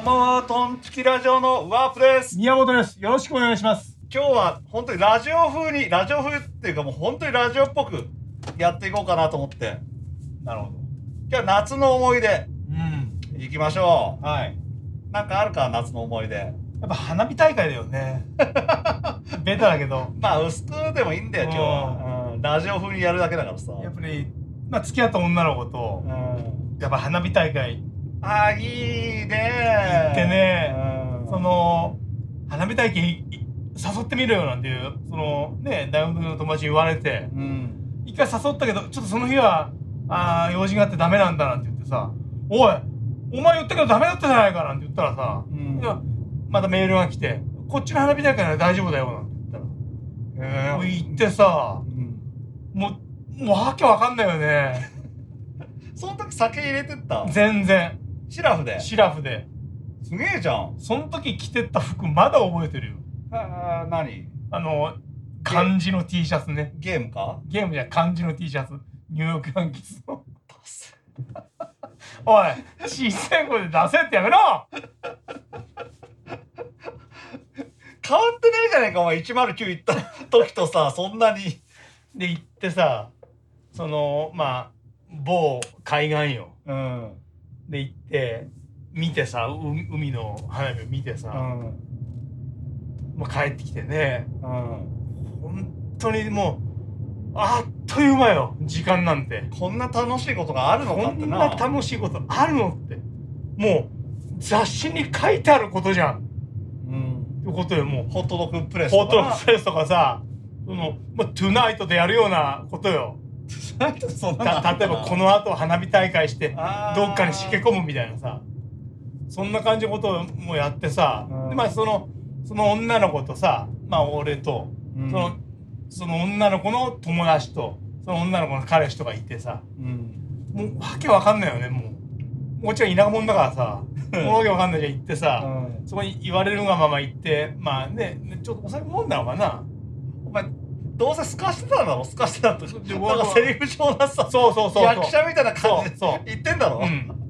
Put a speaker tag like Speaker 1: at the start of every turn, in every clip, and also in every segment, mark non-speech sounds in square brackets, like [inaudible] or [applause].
Speaker 1: んばんは、トンチキラジオのワープです。
Speaker 2: 宮本です。よろしくお願いします。
Speaker 1: 今日は本当にラジオ風に、ラジオ風っていうかもう本当にラジオっぽくやっていこうかなと思って。
Speaker 2: なるほど。
Speaker 1: 今日は夏の思い出、
Speaker 2: うん。
Speaker 1: 行きましょ
Speaker 2: はい。
Speaker 1: う。なんかあるか、夏の思い出。
Speaker 2: やっぱ花火大会だよね。 [laughs] ベタだけど。
Speaker 1: まあ、薄くでもいいんだよ、今日は。うん、ラジオ風にやるだけだからさ。
Speaker 2: やっぱり、まあ、付き合った女の子と
Speaker 1: う、ん、
Speaker 2: やっぱ花火大会。
Speaker 1: あー、いいね
Speaker 2: 行ってね
Speaker 1: うん
Speaker 2: その、花火大会い誘ってみろよなんていう、その、ね、大学の友達に言われて、
Speaker 1: うん。
Speaker 2: 一回誘ったけど、ちょっとその日は、ああ、用事があってダメなんだなんて言ってさ、おい、お前言ったけどダメだったじゃないかなんて言ったらさ、
Speaker 1: うん
Speaker 2: いやまたメールが来て、こっちの花火大会なら大丈夫だよなんて言ったら。
Speaker 1: え
Speaker 2: もう行ってさ
Speaker 1: うん
Speaker 2: もうもうわけわかんないよね
Speaker 1: その時酒入れてった
Speaker 2: 全然
Speaker 1: シラフで。
Speaker 2: シラフです
Speaker 1: げえじゃん。
Speaker 2: その時着てった服まだ覚えてるよ
Speaker 1: あー何
Speaker 2: あの漢字の T シャツね
Speaker 1: ゲームか
Speaker 2: ゲームじゃ漢字の T シャツニューヨークヤンキースのおい小さい声で出せってやめろ
Speaker 1: 変わってねえじゃねえかお前109行った時とさそんなに
Speaker 2: で行ってさそのまあ某海岸よ
Speaker 1: うん
Speaker 2: で行って見てさう海の花火を見てさ、
Speaker 1: うん
Speaker 2: もう帰ってきてね
Speaker 1: うん
Speaker 2: 本当にもうあっという間よ時間なんて
Speaker 1: こんな楽しいことがあるのか
Speaker 2: こ
Speaker 1: って
Speaker 2: ん
Speaker 1: な
Speaker 2: な楽しいことあるのってもう雑誌に書いてあることじゃん
Speaker 1: うん、
Speaker 2: ってことよもう
Speaker 1: ホットドッグプレス
Speaker 2: フォー
Speaker 1: と
Speaker 2: トロ
Speaker 1: か
Speaker 2: ックフェスとかさその、まあ、トゥナイトでやるようなことよ
Speaker 1: なそんなのあ
Speaker 2: た
Speaker 1: った
Speaker 2: 例え
Speaker 1: な
Speaker 2: ばこの後花火大会して
Speaker 1: あー
Speaker 2: どっかにしけ込むみたいなさそんな感じのことをもうやってさ、
Speaker 1: うん
Speaker 2: でまあそのその女の子とさまあ俺と、
Speaker 1: うん
Speaker 2: そのその女の子の友達とその女の子の彼氏とかいてさ
Speaker 1: うん
Speaker 2: もうわけわかんないよねもうもちろん田舎者だからさもうわけわかんないじゃん行って
Speaker 1: う
Speaker 2: さ、
Speaker 1: ん
Speaker 2: そこに言われるがまま行ってまあねねちょっとお酒飲んだのかな
Speaker 1: お前どうせ透かしてたんだろ透かしてたんだろ
Speaker 2: で
Speaker 1: なんかセリフ上なさ
Speaker 2: そうそうそうそう
Speaker 1: 役者みたいな感じで
Speaker 2: そうそう
Speaker 1: 言ってんだろ、
Speaker 2: うん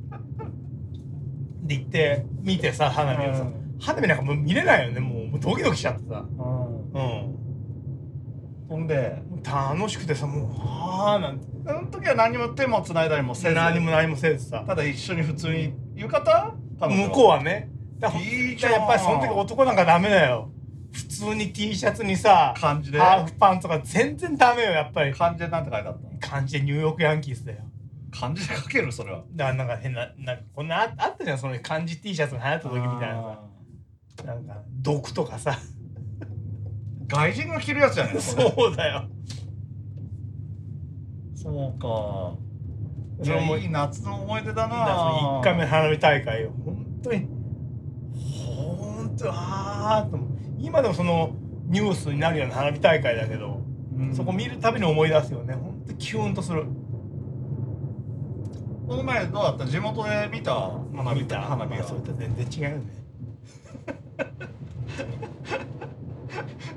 Speaker 2: で行って見てさ花火をさ、
Speaker 1: うん
Speaker 2: 花火なんかもう見れないよねもうもうドキドキしちゃってさ
Speaker 1: うん
Speaker 2: うん
Speaker 1: ほんで
Speaker 2: もう楽しくてさもうああなんて
Speaker 1: その時は何も手もつないだりもせず
Speaker 2: 何も何もせずさ
Speaker 1: ただ一緒に普通に浴衣
Speaker 2: 向こう
Speaker 1: は
Speaker 2: はねだから
Speaker 1: いいじゃん
Speaker 2: やっぱりその時男なんかダメだよ普通に T シャツにさ
Speaker 1: 漢字で
Speaker 2: ハーフパンとか全然ダメよやっぱり
Speaker 1: 漢字でなんて書いてあったの
Speaker 2: 感じでニューヨークヤンキースだよ
Speaker 1: 漢字で書けるそれは
Speaker 2: だからなんか変ななんかこんなああったじゃんその漢字 T シャツが流行った時みたいなさなんか毒と
Speaker 1: [laughs]
Speaker 2: かさ
Speaker 1: 外人が着るやつじゃないそれ
Speaker 2: そうだよ
Speaker 1: そうか
Speaker 2: それも
Speaker 1: いやいい夏の思い出だな
Speaker 2: 1回目の花火大会よ本当に本当ああと思う今でもそのニュースになるような花火大会だけど、
Speaker 1: うん
Speaker 2: そこ見るたびに思い出すよね本当キュンとする
Speaker 1: この前どうだった地元で見た花火
Speaker 2: 見た
Speaker 1: 花火
Speaker 2: まあそういっ
Speaker 1: は
Speaker 2: たら全然違うよ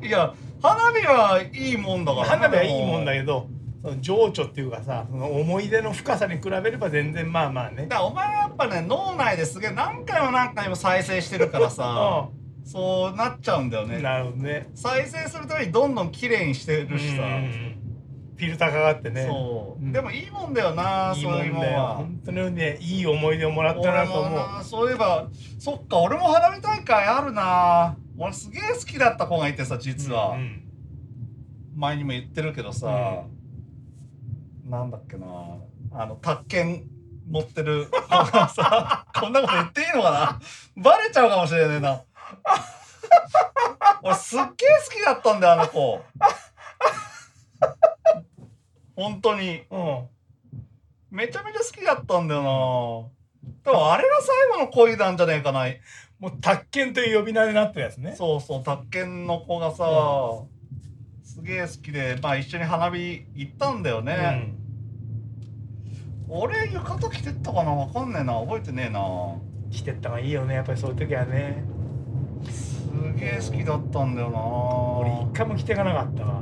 Speaker 2: ね
Speaker 1: いや花火はいいもんだから
Speaker 2: 花火はいいもんだけどその情緒っていうかさその思い出の深さに比べれば全然まあまあね
Speaker 1: だからお前はやっぱね脳内ですげえ何回も何回も再生してるから
Speaker 2: [laughs]
Speaker 1: さそうなっちゃうんだよね
Speaker 2: なるほどね
Speaker 1: 再生するためにどんどん綺麗にしてるしさ、
Speaker 2: うんフィルターかかってね
Speaker 1: そう、
Speaker 2: うん
Speaker 1: でもいいもんだよない
Speaker 2: い
Speaker 1: そう
Speaker 2: も
Speaker 1: いうんもん
Speaker 2: だよ
Speaker 1: は
Speaker 2: 本当にねいい思い出をもらった
Speaker 1: 俺
Speaker 2: なと
Speaker 1: も
Speaker 2: 思う
Speaker 1: なそういえばそっか俺も花火大会あるな俺すげえ好きだった子がいてさ実は、
Speaker 2: うん
Speaker 1: 前にも言ってるけどさ、なんだっけなあの宅建持ってる [laughs] 子がさこんなこと言っていいのかなバレちゃうかもしれねえな [laughs] 俺すっげえ好きだったんだよあの子本当に
Speaker 2: うん
Speaker 1: めちゃめちゃ好きだったんだよな。でもあれが最後の恋なんじゃねえかな。
Speaker 2: もう宅建という呼び名になってるやつね。
Speaker 1: そうそう、宅建の子がさ、すげえ好きで、まあ一緒に花火行ったんだよね。俺、浴衣着てったかなわかんねえな。覚えてねえな。
Speaker 2: うん。来てった方がいいよね。やっぱりそういう時はね。
Speaker 1: すげえ好きだったんだよ
Speaker 2: 俺一
Speaker 1: な。
Speaker 2: 回も来てかなかったわ。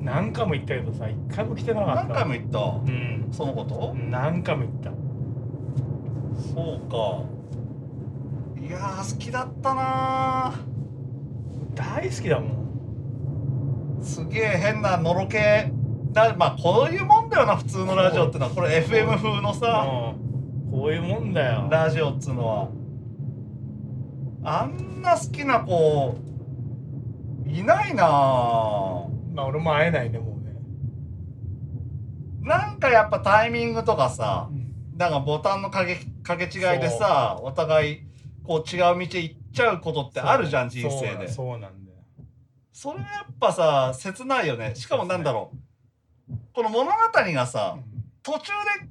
Speaker 2: 何回も行ったけどさ、一回も来てかなかった
Speaker 1: 何
Speaker 2: わ。
Speaker 1: 回も行った、
Speaker 2: うん。
Speaker 1: そのこと、
Speaker 2: 何回も行った。
Speaker 1: そうか。いやー好きだったな
Speaker 2: 大好きだもん
Speaker 1: ーすげえ変なのろけだまあこういうもんだよな普通のラジオってのはこれ FM 風のさ
Speaker 2: うんこういうもんだよ
Speaker 1: ラジオっつうのはあんな好きな子いないなー
Speaker 2: まあ俺も会えないねもうね
Speaker 1: なんかやっぱタイミングとかさだからボタンのかけかけ違いでさお互いこう違う道行っちゃうことってあるじゃん人生で
Speaker 2: そうなんだよ
Speaker 1: それはやっぱさ切ないよねしかもなんだろうこの物語がさ途中で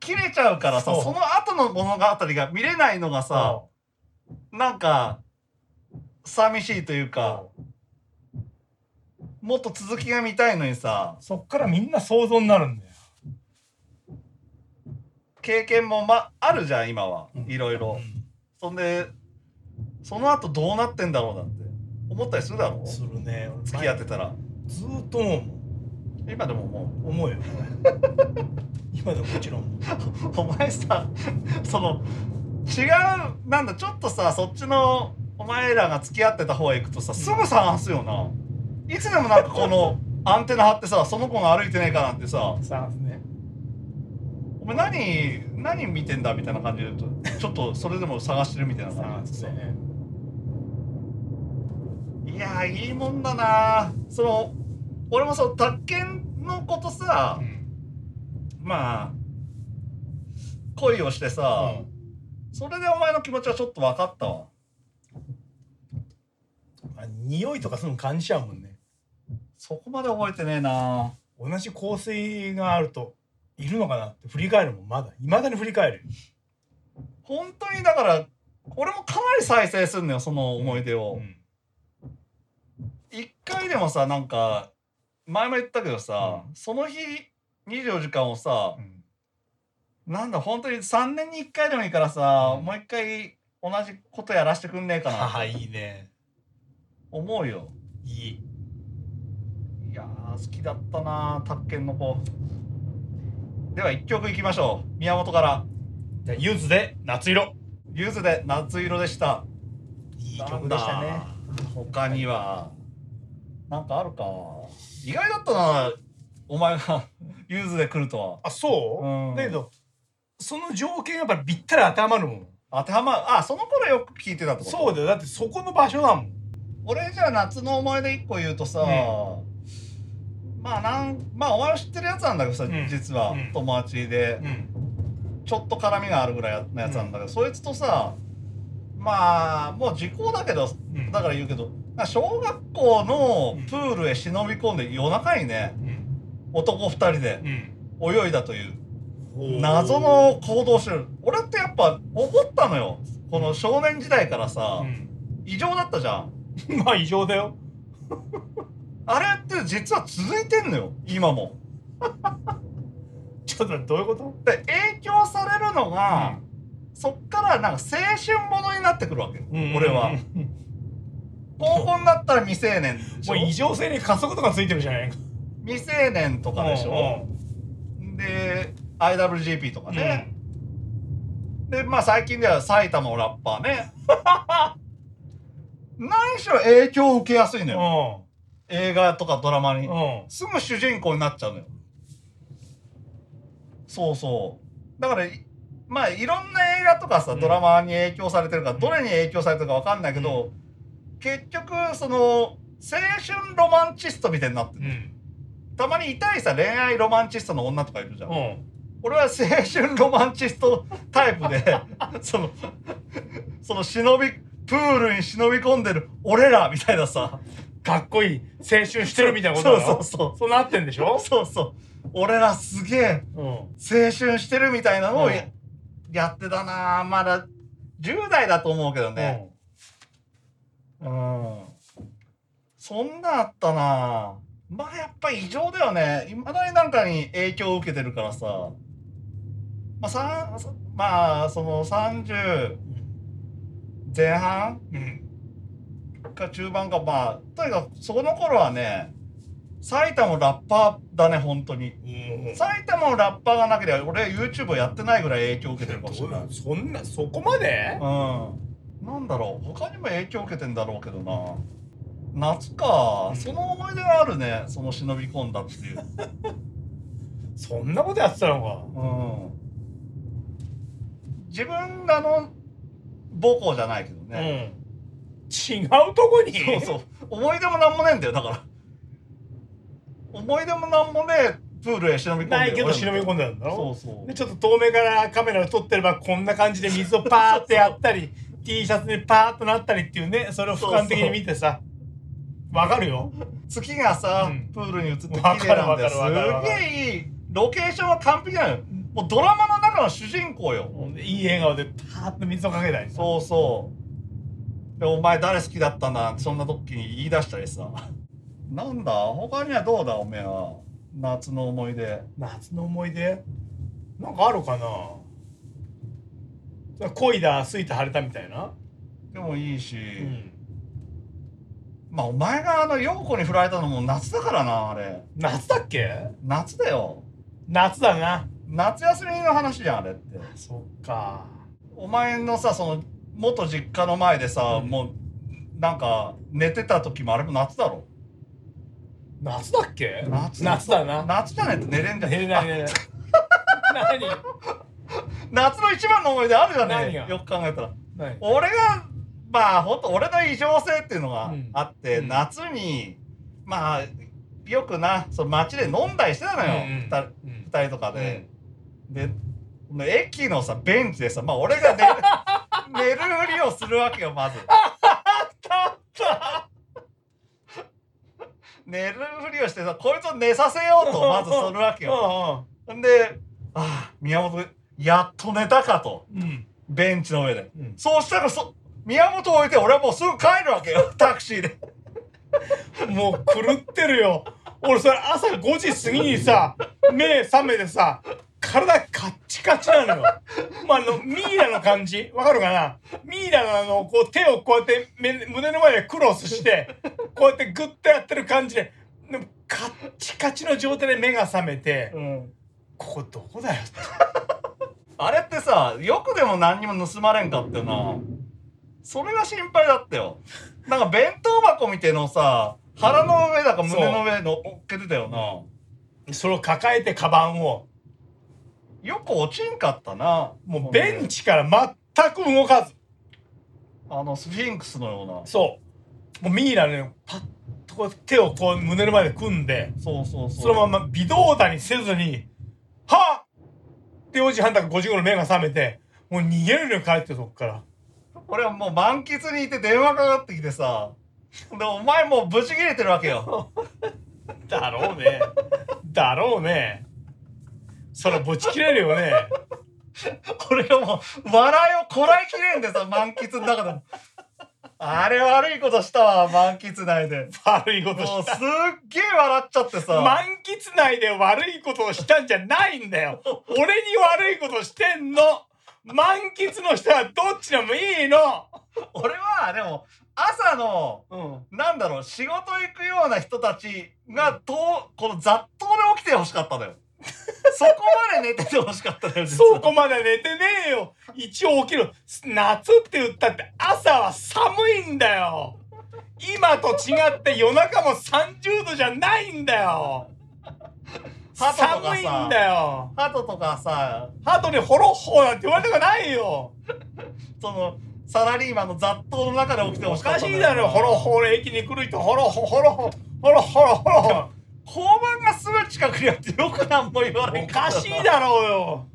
Speaker 1: 切れちゃうからさ
Speaker 2: そ
Speaker 1: そうの後の物語が見れないのがさなんか寂しいというかもっと続きが見たいのにさ
Speaker 2: そっからみんな想像になるんだよ
Speaker 1: 経験も、ま、あるじゃん今は
Speaker 2: うん
Speaker 1: いろいろ。そんでその後どうなってんだろうなって思ったりするだろ
Speaker 2: するね
Speaker 1: 付き合ってたら
Speaker 2: ずーっと思うもん
Speaker 1: 今でもも
Speaker 2: 思うよ今でももちろん
Speaker 1: うお前さ [laughs] その違うなんだちょっとさそっちのお前らが付き合ってた方へ行くとさすぐ探すよないつでもなんかこ [laughs] のアンテナ張ってさその子が歩いてないかなんてさ
Speaker 2: さあね
Speaker 1: お前何何見てんだみたいな感じで言うとちょっとそれでも探してるみたいな
Speaker 2: さ
Speaker 1: 感
Speaker 2: あ
Speaker 1: じでさ
Speaker 2: ね
Speaker 1: いやーいいもんだなその俺もその宅建のことさ、まあ恋をしてさ、それでお前の気持ちはちょっと分かったわ
Speaker 2: あ匂いとかそういうの感じちゃうもんね
Speaker 1: そこまで覚えてねえな
Speaker 2: 同じ香水があるといるのかなって振り返るもんまだいまだに振り返るよ
Speaker 1: 本当にだから俺もかなり再生するのよその思い出を
Speaker 2: うん
Speaker 1: 一、回でもさなんか前も言ったけどさ、
Speaker 2: う
Speaker 1: その日24時間をさ、
Speaker 2: うん
Speaker 1: なんだ本当に3年に1回でもいいからさ、
Speaker 2: うん
Speaker 1: もう一回同じことやらしてくんねえかな
Speaker 2: あ
Speaker 1: って
Speaker 2: あいいね
Speaker 1: 思うよ
Speaker 2: いい
Speaker 1: いやー好きだったな卓研の子では1曲いきましょう宮本から
Speaker 2: じゃあゆずで夏色
Speaker 1: ゆずで夏色でした。
Speaker 2: い
Speaker 1: い
Speaker 2: い曲でしたね。
Speaker 1: 他には。なんかあるか。意外だったな。お前が [laughs] ゆずで来ると
Speaker 2: あそう、
Speaker 1: うん
Speaker 2: だけどその条件やっぱりぴったり当てはまるもん
Speaker 1: は。当てはまる。あ、その頃よく聞いてたってこと。
Speaker 2: そうだよだってそこの場所だもん
Speaker 1: 俺じゃあ夏の思い出一個言うとさ。
Speaker 2: う
Speaker 1: まあなんまあお前は知ってるやつなんだけどさ、
Speaker 2: うん
Speaker 1: 実は、
Speaker 2: うん
Speaker 1: 友達で
Speaker 2: うん
Speaker 1: ちょっと絡みがあるぐらいのやつなんだけど、そいつとさまあもう時効だけど
Speaker 2: うん
Speaker 1: だから言うけどなんか小学校のプールへ忍び込んで夜中にね
Speaker 2: うん
Speaker 1: 男2人で
Speaker 2: うん
Speaker 1: 泳いだという
Speaker 2: ほう
Speaker 1: 謎の行動をしてる俺ってやっぱ思ったのよこの少年時代からさ、
Speaker 2: う
Speaker 1: 異常だったじゃん
Speaker 2: ん [laughs] まあ異常だよ
Speaker 1: あれって実は続いてんのよ今も
Speaker 2: ちょっと待ってどういうこと
Speaker 1: で影響されるのが、そっからなんか青春ものになってくるわけよ、俺は
Speaker 2: うん
Speaker 1: 高校になったら未成年でし
Speaker 2: も
Speaker 1: ょ
Speaker 2: う異常性に加速とかついてるじゃないか
Speaker 1: 未成年とかでしょ、
Speaker 2: うん
Speaker 1: で IWGP とか
Speaker 2: うん
Speaker 1: ね、でまあ最近では埼玉のラッパーね [laughs] 何しろ影響を受けやすいの
Speaker 2: う
Speaker 1: よ映画とかドラマに
Speaker 2: んうん
Speaker 1: すぐ主人公になっちゃうのよそうそうだからいまあいろんな映画とかさ
Speaker 2: うん
Speaker 1: ドラマに影響されてるから、
Speaker 2: うん
Speaker 1: どれに影響されてるかわかんないけど、結局その青春ロマンチストみたいになってる、
Speaker 2: うん
Speaker 1: たまに痛いさ恋愛ロマンチストの女とかいるじゃん、
Speaker 2: うん
Speaker 1: 俺は青春ロマンチストタイプで [laughs] そのその忍びプールに忍び込んでる俺らみたいなさ
Speaker 2: かっこいい青春してるみたいなことだろ
Speaker 1: そうそう
Speaker 2: そうなってんでしょ
Speaker 1: そうそうそう俺らすげえ
Speaker 2: うん
Speaker 1: 青春してるみたいなのをや,、
Speaker 2: うん
Speaker 1: ってたなまだ10代だと思うけどねうん、そんなあったなまあやっぱ異常だよねいまだになんかに影響を受けてるからさまあさんまあその30前半
Speaker 2: うんうん
Speaker 1: か中盤かまあとにかくそこの頃はね埼玉のラッパーだね本当に
Speaker 2: うん
Speaker 1: 埼玉のラッパーがなければ俺は YouTube をやってないぐらい影響を受けてるかもしれない
Speaker 2: そんなそこまで
Speaker 1: うんなんだろう他にも影響受けてんだろうけどな夏かその思い出があるねその忍び込んだっていう、
Speaker 2: そんなことやってたのか
Speaker 1: うん、自分らの母校じゃないけどね、
Speaker 2: うん違うとこに
Speaker 1: そうそう思い出もなんもねえんだよだから思い出もなんもねえプールへ忍び込んで
Speaker 2: ないけど忍び込んでたんだろ
Speaker 1: そうそう
Speaker 2: でちょっと遠目からカメラを撮ってればこんな感じで水をパーってやったり T シャツにパーっとなったりっていうねそれを俯瞰的に見てさわかるよ
Speaker 1: 月がさ、
Speaker 2: うん
Speaker 1: プールに映って綺
Speaker 2: わか
Speaker 1: 麗
Speaker 2: る
Speaker 1: なん
Speaker 2: わ
Speaker 1: だよ
Speaker 2: かるわかるわかる
Speaker 1: すげえいいロケーションは完璧なのよもうドラマの中の主人公よ
Speaker 2: いい笑顔でパーっと水をかけたりさ
Speaker 1: そうそうでお前誰好きだったんだなんてそんな時に言い出したりさ [laughs] なんだ他にはどうだおめえは夏の思い出
Speaker 2: 夏の思い出なんかあるかな恋だスイート晴れたみたいな、
Speaker 1: でもいいし、
Speaker 2: うん、
Speaker 1: まあお前があの陽子に振られたのも夏だからなあれ
Speaker 2: 夏だっけ
Speaker 1: 夏だよ
Speaker 2: 夏だな
Speaker 1: 夏休みの話じゃんあれって
Speaker 2: そっか
Speaker 1: お前のさその元実家の前でさ、
Speaker 2: うん
Speaker 1: もうなんか寝てた時もあれも夏だろ
Speaker 2: 夏だっけ
Speaker 1: 夏
Speaker 2: だな
Speaker 1: 夏じゃないと寝れんじゃ
Speaker 2: 寝
Speaker 1: ね
Speaker 2: れない寝れない何
Speaker 1: 夏の一番の思い出あるじゃね
Speaker 2: 何が
Speaker 1: よく考えたら
Speaker 2: 何
Speaker 1: 俺がまあほんと俺の異常性っていうのが
Speaker 2: うん
Speaker 1: あって、
Speaker 2: うん
Speaker 1: 夏にまあよくなその街で飲んだりしてたのよ、
Speaker 2: う
Speaker 1: 二
Speaker 2: んうん
Speaker 1: 人
Speaker 2: うん
Speaker 1: 二人とかで、でこの駅のさベンチでさまあ俺が寝る寝るふりをするわけよまず寝るふりをしてさこいつを寝させようとまずするわけよんで「ああ宮本やっと寝たか」と
Speaker 2: うんうん
Speaker 1: ベンチの上で、
Speaker 2: うん
Speaker 1: そうしたらそ宮本を置いて俺はもうすぐ帰るわけよタクシーで
Speaker 2: うんもう狂ってるよ俺それ朝5時過ぎにさ目覚めてさ体カッチカチなのよまああのミイラの感じわかるかなミイラのあのこう手をこうやってめ胸の前でクロスしてこうやってグッとやってる感じででもカッチカチの状態で目が覚めて、ここどこだよって
Speaker 1: あれってさよくでも何にも盗まれんかったよなそれが心配だったよなんか弁当箱みたいのをさ腹の上だか胸の上の乗っけてたよな
Speaker 2: それを抱えてカバンを
Speaker 1: よく落ちんかったな
Speaker 2: もうベンチから全く動かず
Speaker 1: あのスフィンクスのような
Speaker 2: そうもうミイラのねパッとこう手をこう胸の前で組んで
Speaker 1: そうそうそう
Speaker 2: そのまま微動だにせずに「はっ!」って4時半だか5時頃目が覚めてもう逃げるのよ帰ってそっから
Speaker 1: 俺はもう満喫にいて電話かかってきてさでお前もうブチ切れてるわけよ
Speaker 2: だろうね [laughs] だろうねそれぶち切れるよね [laughs]
Speaker 1: 俺がもう笑いをこらえきれんでさ満喫の中でもあれ悪いことしたわ満喫内で
Speaker 2: 悪いこと
Speaker 1: もう
Speaker 2: し
Speaker 1: す
Speaker 2: た
Speaker 1: っげえ笑っちゃってさ
Speaker 2: 満喫内で悪いことをしたんじゃないん
Speaker 1: [laughs]
Speaker 2: だよ俺に悪いことしてんの満喫の人はどっちでもいいの
Speaker 1: 俺はでも朝の
Speaker 2: うん
Speaker 1: なんだろう仕事行くような人たちがとこの雑踏で起きてほしかった
Speaker 2: [laughs]
Speaker 1: のよそこまで寝ててほしかったのよ実は
Speaker 2: そこまで寝てねえよ一応起きる夏って言ったって朝は寒いんだよ今と違って夜中も30度じゃないんだよ
Speaker 1: 鳩とかさ
Speaker 2: 寒いんだよ
Speaker 1: ハトとかさ
Speaker 2: ハトにホロッホーなんて言われたくないよ
Speaker 1: そのサラリーマンの雑踏の中で起きてほ
Speaker 2: お
Speaker 1: しか
Speaker 2: か
Speaker 1: った
Speaker 2: し
Speaker 1: の
Speaker 2: いだろホロッホーで駅に来る人ホロッホーホロッホーホロッホーホロッホー
Speaker 1: 交番がすぐ近くにあってよくなんも言われん
Speaker 2: お
Speaker 1: か
Speaker 2: か
Speaker 1: ったな
Speaker 2: しいだろうよ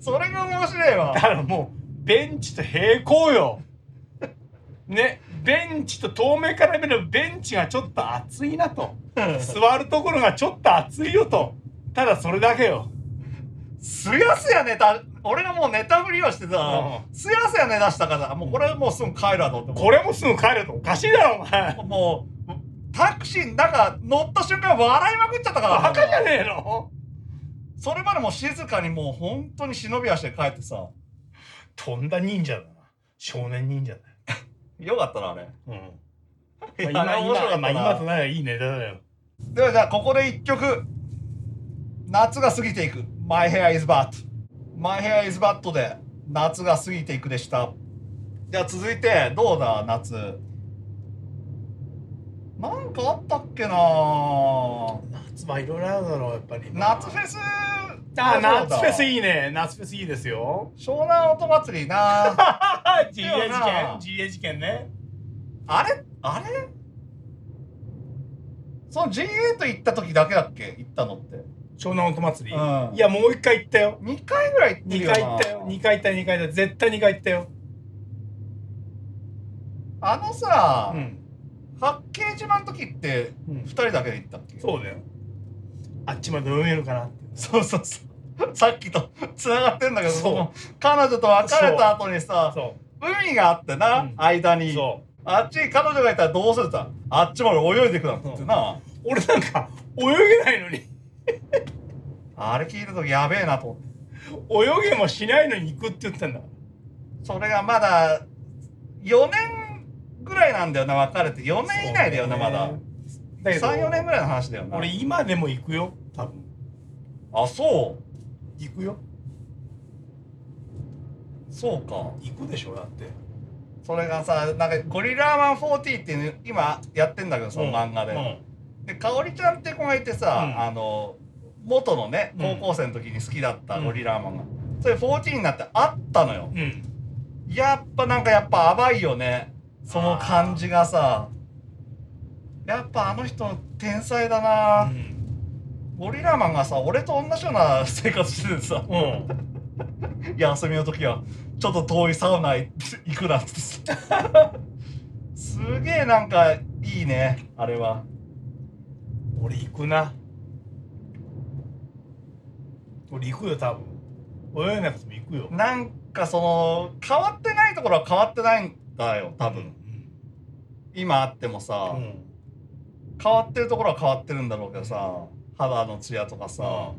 Speaker 1: それが面白い
Speaker 2: [laughs]
Speaker 1: わ
Speaker 2: だからもうベンチと平行よねベンチと遠目から見るベンチがちょっと熱いなと座るところがちょっと熱いよとただそれだけよ
Speaker 1: すやすやネタ俺がもうネタふりをしてさ
Speaker 2: う
Speaker 1: すやすや寝だしたからもうこれはもうすぐ帰るわと思って
Speaker 2: これもすぐ帰るとおかしいだろお前
Speaker 1: もうタクシーの中乗った瞬間笑いまくっちゃったから
Speaker 2: バカじゃねえの
Speaker 1: それまでもう静かにもう本当に忍び足で帰ってさ
Speaker 2: とんだ忍者だな少年忍者だ
Speaker 1: よかったなあれ
Speaker 2: よ、
Speaker 1: い
Speaker 2: う
Speaker 1: や
Speaker 2: ん、ま
Speaker 1: あ
Speaker 2: あ
Speaker 1: れ
Speaker 2: 今
Speaker 1: 面白か
Speaker 2: 今
Speaker 1: ったな
Speaker 2: まあ今とならいいネタだよ
Speaker 1: ではじゃあここで一曲夏が過ぎていく My hair is bad My hair is bad で夏が過ぎていくでしたじゃあ続いてどうだ夏なんかあったっけな
Speaker 2: 夏まあいろいろあるだろうやっぱり
Speaker 1: 夏フ
Speaker 2: ェ
Speaker 1: ェス
Speaker 2: あ夏フェス
Speaker 1: い
Speaker 2: いいね夏フェスいいです [laughs] よ
Speaker 1: 湘南音祭りな [laughs]
Speaker 2: GA 事件 GA 事件ね
Speaker 1: あれあれその GA と行った時だけだっけ行ったのって
Speaker 2: 湘南音祭り、
Speaker 1: うん
Speaker 2: いやもう一回行ったよ
Speaker 1: 2回ぐらい行って
Speaker 2: 二
Speaker 1: るよな
Speaker 2: 回行ったよ二回行った二回行った絶対二回行ったよ
Speaker 1: あのさ、
Speaker 2: うん、
Speaker 1: 八景島の時って
Speaker 2: うん
Speaker 1: 2人だけで行ったっけ
Speaker 2: そうだよあっちまで飲めるかなって
Speaker 1: そうそうそうさっきと繋がってんだけど
Speaker 2: そう
Speaker 1: その彼女と別れた後にさ
Speaker 2: そ
Speaker 1: 海があってな、
Speaker 2: うん
Speaker 1: 間
Speaker 2: う
Speaker 1: に
Speaker 2: そ
Speaker 1: あっちに彼女がいたらどうするさあっちまで泳いでくなってな、
Speaker 2: う俺なんか泳げないのに
Speaker 1: あれ聞いた時やべえなと思って
Speaker 2: 泳げもしないのに行くって言ったんだ
Speaker 1: それがまだ4年ぐらいなんだよな別れて4年以内だよな、まだ
Speaker 2: だけど
Speaker 1: 34年ぐらいの話だよな
Speaker 2: 俺今でも行くよ多分
Speaker 1: あそう
Speaker 2: 行くよ
Speaker 1: そうか
Speaker 2: 行くでしょだって
Speaker 1: それがさなんかゴリラマン40っていう今やってんだけどその漫画で、
Speaker 2: う
Speaker 1: でかおりちゃんって子がいてさ、
Speaker 2: うん
Speaker 1: あの元のね
Speaker 2: うん
Speaker 1: 高校生の時に好きだった
Speaker 2: うん
Speaker 1: ゴリラーマンが、それ14になって会ったのよ
Speaker 2: ん、うん、
Speaker 1: やっぱなんかやっぱ甘いよねその感じがさやっぱあの人天才だ
Speaker 2: う
Speaker 1: な、
Speaker 2: ん
Speaker 1: ゴリラーマンがさ俺と同じような生活しててさ
Speaker 2: うん
Speaker 1: 休みの時はちょっと遠いサウナ行くなっつって [laughs] さすげえなんかいいねあれは
Speaker 2: 俺行くな俺行くよ多分泳げなくても行くよ
Speaker 1: なんかその変わってないところは変わってないんだよ多分、今あってもさ、
Speaker 2: うん
Speaker 1: 変わってるところは変わってるんだろうけどさ肌のツヤとかさ、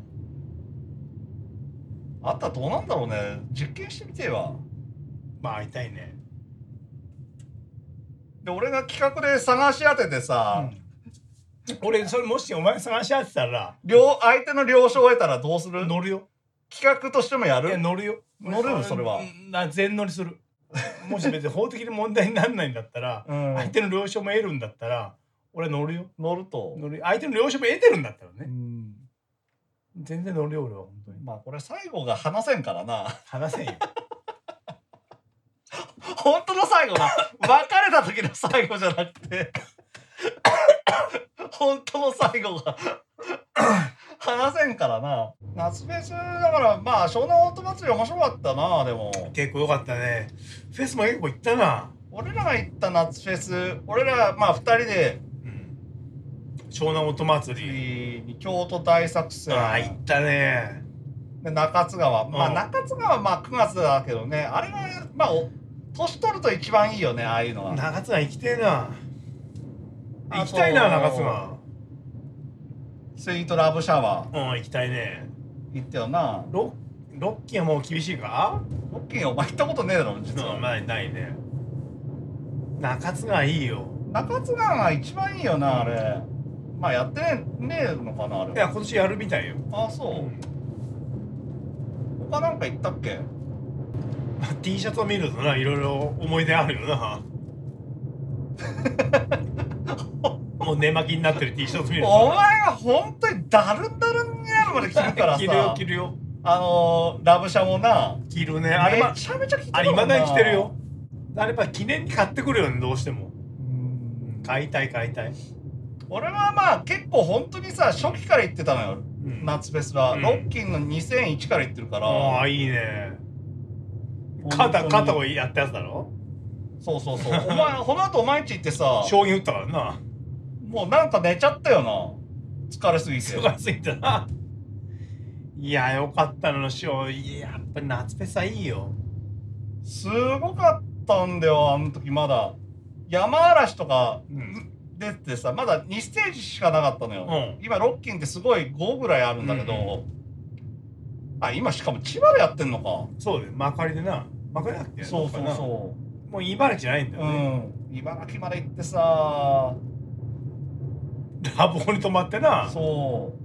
Speaker 1: あったらどうなんだろうね実験してみてえわ
Speaker 2: まあ会いたいね
Speaker 1: で俺が企画で探し当ててさ、
Speaker 2: うん俺それもしお前探し合ってたら
Speaker 1: 両相手の了承を得たらどうする
Speaker 2: 乗るよ
Speaker 1: 企画としてもや
Speaker 2: いや
Speaker 1: る
Speaker 2: 乗るよ
Speaker 1: 乗るよそれは
Speaker 2: うんな全乗りするもし別に法的に問題にならないんだったら、
Speaker 1: うん
Speaker 2: 相手の了承も得るんだったら俺乗るよ
Speaker 1: 乗ると、
Speaker 2: 乗る相手の了承も得てるんだったら
Speaker 1: う
Speaker 2: ね
Speaker 1: ん
Speaker 2: 全然乗るよ俺は本当に
Speaker 1: まあこれ最後が話せんからな [laughs]
Speaker 2: 話せんよ
Speaker 1: 本当の最後な別れた時の最後じゃなくて [laughs] 本当の最後が [coughs] 話せんからな夏フェスだからまあ湘南オート祭り面白かったなでも
Speaker 2: 結構良かったねフェスも結構行ったな、
Speaker 1: 俺らが行った夏フェス俺らまあ2人で
Speaker 2: うん、湘南音祭り、
Speaker 1: 京都大作戦
Speaker 2: ああ行ったね
Speaker 1: で中津川まあ
Speaker 2: うん
Speaker 1: 中津川はまあ9月だけどねあれがまあお年取ると一番いいよねああいうのは
Speaker 2: 長津川行きてえな
Speaker 1: あと
Speaker 2: 行きたいな長津川
Speaker 1: スイートラブシャワ
Speaker 2: うん行きたいね
Speaker 1: ー行ったよな
Speaker 2: ロッロッキーはもう厳しいか
Speaker 1: ロッキーお前行ったことねえだろ実は、
Speaker 2: うん、まあないね中津川いいよ
Speaker 1: 中津川が一番いいよなあれまあやってねえねえのかなあ
Speaker 2: い
Speaker 1: れ
Speaker 2: や今年やるみたいよ、
Speaker 1: ああそう他なんか行ったっけ
Speaker 2: まあ、T シャツを見るとないろいろ思い出あるよな [laughs] もう寝巻きになってる T シャツ見ると
Speaker 1: お前が本当にだるんだるんになるまで着る
Speaker 2: [laughs]
Speaker 1: から
Speaker 2: 着るよ
Speaker 1: さ
Speaker 2: 着るよ
Speaker 1: あのーラブシャもな
Speaker 2: 着るねあれ
Speaker 1: め
Speaker 2: ま
Speaker 1: ちゃめちゃ着てる
Speaker 2: あれ
Speaker 1: もん
Speaker 2: 未だ
Speaker 1: な
Speaker 2: に着てるよあれまあ記念に買ってくるよねどうしても
Speaker 1: うん
Speaker 2: 買いたい買いたい、
Speaker 1: 俺はまあ結構本当にさ初期から行ってたのよ
Speaker 2: うん、
Speaker 1: 夏フェスは、
Speaker 2: うん
Speaker 1: ロッキンの2001から行ってるから
Speaker 2: ああいいね
Speaker 1: 本当
Speaker 2: 肩
Speaker 1: に
Speaker 2: 肩をやったやつだろ
Speaker 1: そうそうそうお前この後お前んち行ってさ
Speaker 2: 将棋打ったからな
Speaker 1: もうなんか寝ちゃったよな疲れすぎて
Speaker 2: 忙しすぎたな。いや、よかったのしょいややっぱり夏フェスはいいよ。
Speaker 1: すごかったんだよあの時まだ山嵐とか
Speaker 2: うん。
Speaker 1: 出てさまだ2ステージしかなかったのよ、
Speaker 2: うん
Speaker 1: 今ロッキンってすごい5ぐらいあるんだけど、
Speaker 2: うんう
Speaker 1: あ今しかも千葉でやってんのか、
Speaker 2: そうだよ、まかりでな。まかりだっけ
Speaker 1: そうそう
Speaker 2: なんかな
Speaker 1: そう
Speaker 2: もう茨城じゃないんだよね。
Speaker 1: うん、茨城まで行ってさ
Speaker 2: ラボに泊まってな。
Speaker 1: そ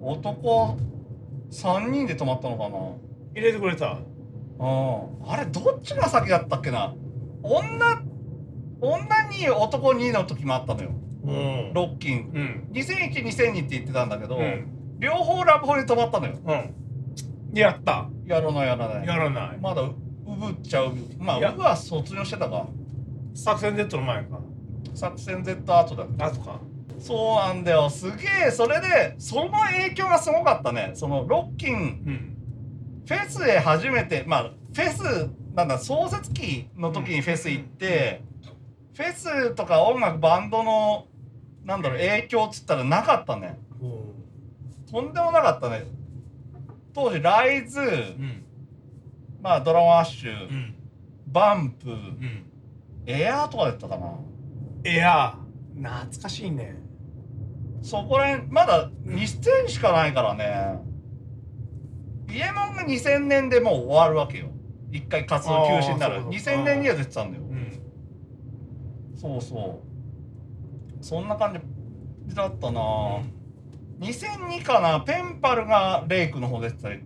Speaker 1: う男3人で泊まったの
Speaker 2: 入れてくれた。
Speaker 1: かな、うん、あれどっちが先だったっけな女女に男にの時もあったのよ
Speaker 2: うん
Speaker 1: ロッキン
Speaker 2: うん
Speaker 1: 20012002って言ってたんだけど、
Speaker 2: うん
Speaker 1: 両方ラブホに止まったのよ
Speaker 2: うんやった
Speaker 1: やらないやらない
Speaker 2: やらない
Speaker 1: まだうぶっちゃうまあ
Speaker 2: いや
Speaker 1: うぶは卒業してたか
Speaker 2: 作戦 Z の前か
Speaker 1: 作戦 Z アートだ
Speaker 2: あとか
Speaker 1: そうなんだよすげえそれでその影響がすごかったねそのロッキン
Speaker 2: うん
Speaker 1: フェスへ初めてまあフェスなんだ創設期の時にフェス行って、フェスとか音楽バンドのなんだろう影響っつったらなかったねとんでもなかったね当時ライズ、
Speaker 2: うん
Speaker 1: まあドラマッシュ、
Speaker 2: うん
Speaker 1: バンプ
Speaker 2: うん
Speaker 1: エアーとかだったかない
Speaker 2: や懐かしいね
Speaker 1: そこら辺まだ2000しかないからねイエモンが2000年でもう終わるわけよ一回活動休止にな
Speaker 2: あー
Speaker 1: る
Speaker 2: そういうこと
Speaker 1: 2000年には出てたんだよ
Speaker 2: うん
Speaker 1: そうそうそんな感じだったな、2002かなペンパルがレイクの方出てたり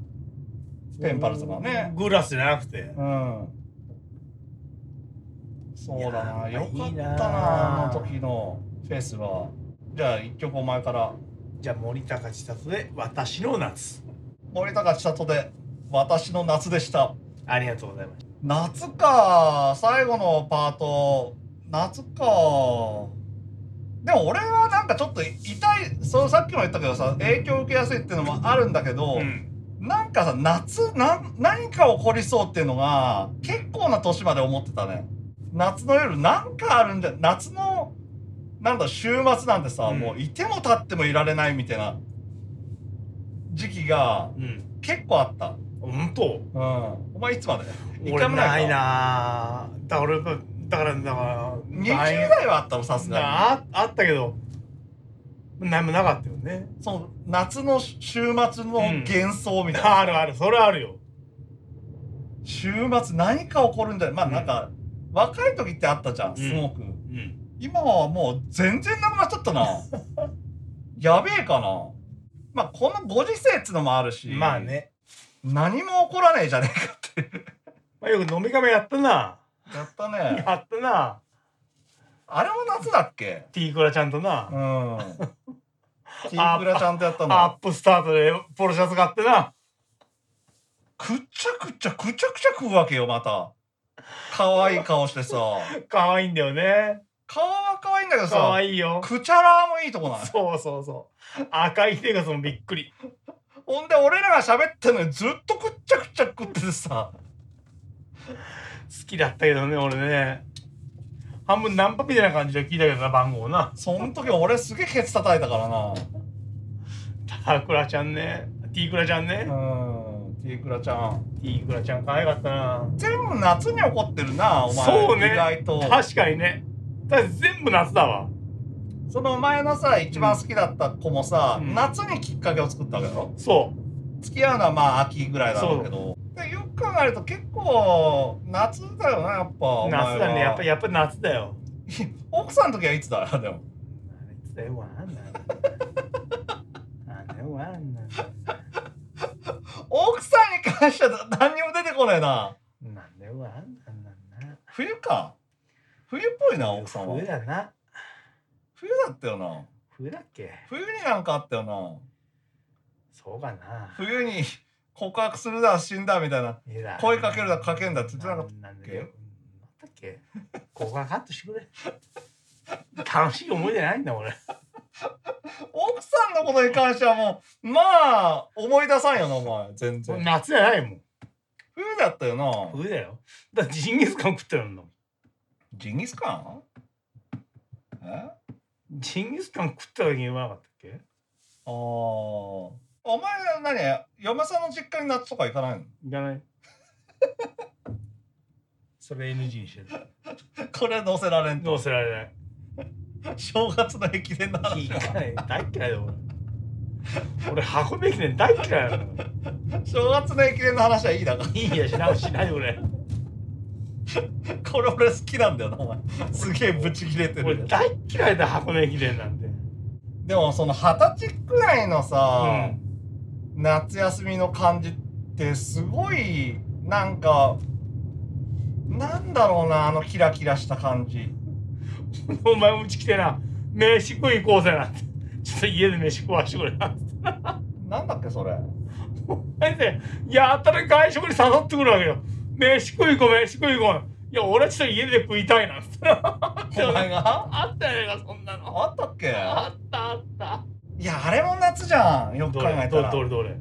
Speaker 1: ペンパルとかね
Speaker 2: グラスじゃなくて
Speaker 1: うんそうだない
Speaker 2: や
Speaker 1: よ
Speaker 2: ー
Speaker 1: かったない
Speaker 2: いな
Speaker 1: あの時のフェスはじゃあ一曲お前から
Speaker 2: じゃあ森高千里で私の夏
Speaker 1: 森高千里で私の夏でした
Speaker 2: ありがとうございました
Speaker 1: 夏か最後のパート夏かでも俺はなんかちょっと痛いそうさっきも言ったけどさ影響受けやすいっていうのもあるんだけど、
Speaker 2: ん
Speaker 1: なんかさ夏なん何か起こりそうっていうのが結構な年まで思ってたね夏の夜なんかあるんだ夏のなんだ週末なんてさ、
Speaker 2: うん
Speaker 1: もういても立ってもいられないみたいな時期が
Speaker 2: うん
Speaker 1: 結構あった
Speaker 2: 本当
Speaker 1: うんお前いつまで一
Speaker 2: 俺
Speaker 1: 回も
Speaker 2: な
Speaker 1: ない
Speaker 2: い
Speaker 1: か
Speaker 2: なだから俺だからだから
Speaker 1: 20
Speaker 2: ない
Speaker 1: 代はあったのさすがに
Speaker 2: ああったけど何もなかったよね
Speaker 1: その夏の週末の幻想みたいな、
Speaker 2: あるあるそれはあるよ
Speaker 1: 週末何か起こるんだよまあなんか、若い時ってあったじゃんすごく、
Speaker 2: うん
Speaker 1: 今はもう全然なくなっちゃった
Speaker 2: [laughs]
Speaker 1: なやべえかなまあこのご時世っつのもあるし
Speaker 2: まあね、
Speaker 1: 何も起こらねえじゃねえかって
Speaker 2: まあ、よく飲み会もやったな
Speaker 1: やったね
Speaker 2: やったな
Speaker 1: あれも夏だっけ
Speaker 2: ティークラちゃんとな、
Speaker 1: うん
Speaker 2: [laughs]
Speaker 1: キープラちゃんとやった
Speaker 2: アッ
Speaker 1: の
Speaker 2: プスタートでポロシャツ買ってな
Speaker 1: くっちゃくっちゃくちゃくちゃ食うわけよまた可愛い顔してさ
Speaker 2: 可愛いんだよね
Speaker 1: 顔は可愛いんだけど
Speaker 2: 可
Speaker 1: さ
Speaker 2: 愛いよ
Speaker 1: くちゃらーもいいとこない
Speaker 2: そうそうそう赤い手がそのびっくり
Speaker 1: ほんで俺らが喋ってんのにずっとくっちゃくちゃ食っててさ
Speaker 2: 好きだったけどね俺ね半分ナンパみたいな感じで聞いたけどな番号な
Speaker 1: そん時俺すげえケツ叩いたからな
Speaker 2: タクラちゃんねティークラちゃんね、
Speaker 1: うん、ティークラちゃん。
Speaker 2: ティークラちゃん可愛かったな
Speaker 1: 全部夏に起こってるな、お前。
Speaker 2: そうね
Speaker 1: 意外と。
Speaker 2: 確かにねだって全部夏だわ
Speaker 1: その前のさ、一番好きだった子もさ、
Speaker 2: うん
Speaker 1: 夏にきっかけを作ったわけだろ。
Speaker 2: そう
Speaker 1: 付き合うのはまあ秋ぐらいなんだろうけど。でよく考えると結構夏だよな、やっぱ。お前は
Speaker 2: 夏だねやっぱやっぱ夏だよ
Speaker 1: [laughs] 奥さんの時はいつだよ、でも。
Speaker 2: いつだよわかんないなんだよわかんない
Speaker 1: 奥さんに関しては何にも出てこないな。
Speaker 2: なんだよわかんないな
Speaker 1: 冬か。冬っぽいな、奥さんは
Speaker 2: 冬。だな
Speaker 1: 冬だったよな。
Speaker 2: 冬だっけ
Speaker 1: 冬になんかあったよな。
Speaker 2: そうかな
Speaker 1: 冬に [laughs] 告白するだ、死んだみたいな。声かけるだかけんだって言ってなかった
Speaker 2: っなんだっけなんだっけここはカットしてくれ [laughs] 楽しい思い出ないんだ俺
Speaker 1: 奥さんのことに関してはもうまあ思い出さんよなお前全然
Speaker 2: 夏じゃないもん
Speaker 1: 冬だったよな
Speaker 2: 冬だよだってジンギスカン食ってるんだもん
Speaker 1: ジンギスカンえあ
Speaker 2: ジンギスカン食った時にうまかったっけ
Speaker 1: あお前何嫁さんの実家に夏とか行かないの [laughs]
Speaker 2: いらない [laughs] それ NG にしてる
Speaker 1: これ乗せられん
Speaker 2: ど
Speaker 1: と
Speaker 2: うせられない
Speaker 1: 正月の駅伝の
Speaker 2: いい
Speaker 1: 話だ
Speaker 2: かい大嫌いだよ俺俺箱根駅伝大嫌いなの
Speaker 1: 正月の駅伝の話はいいだか
Speaker 2: いいやしなしないで俺
Speaker 1: らこれ俺好きなんだよなお前すげえブチ切れて
Speaker 2: 俺
Speaker 1: る
Speaker 2: 大嫌いだ箱根駅伝なんて
Speaker 1: でもその二十歳くらいのさ、
Speaker 2: うん
Speaker 1: 夏休みの感じってすごいなんかなんだろうなあのキラキラした感じ
Speaker 2: お前うち来てな飯食い行こうぜなんてちょっと家で飯食わしてくれなんて
Speaker 1: なんだっけそれ
Speaker 2: お前でやたら外食に誘ってくるわけよ飯食い行こう飯食い行こういや俺はちょっと家で食いたいなんて
Speaker 1: お前が
Speaker 2: [laughs] あったやないかそんなの
Speaker 1: あったっけ
Speaker 2: あったあった
Speaker 1: いやあれも夏じゃんよく
Speaker 2: ど
Speaker 1: 考え
Speaker 2: れ
Speaker 1: た
Speaker 2: どれ
Speaker 1: ら
Speaker 2: どれどれ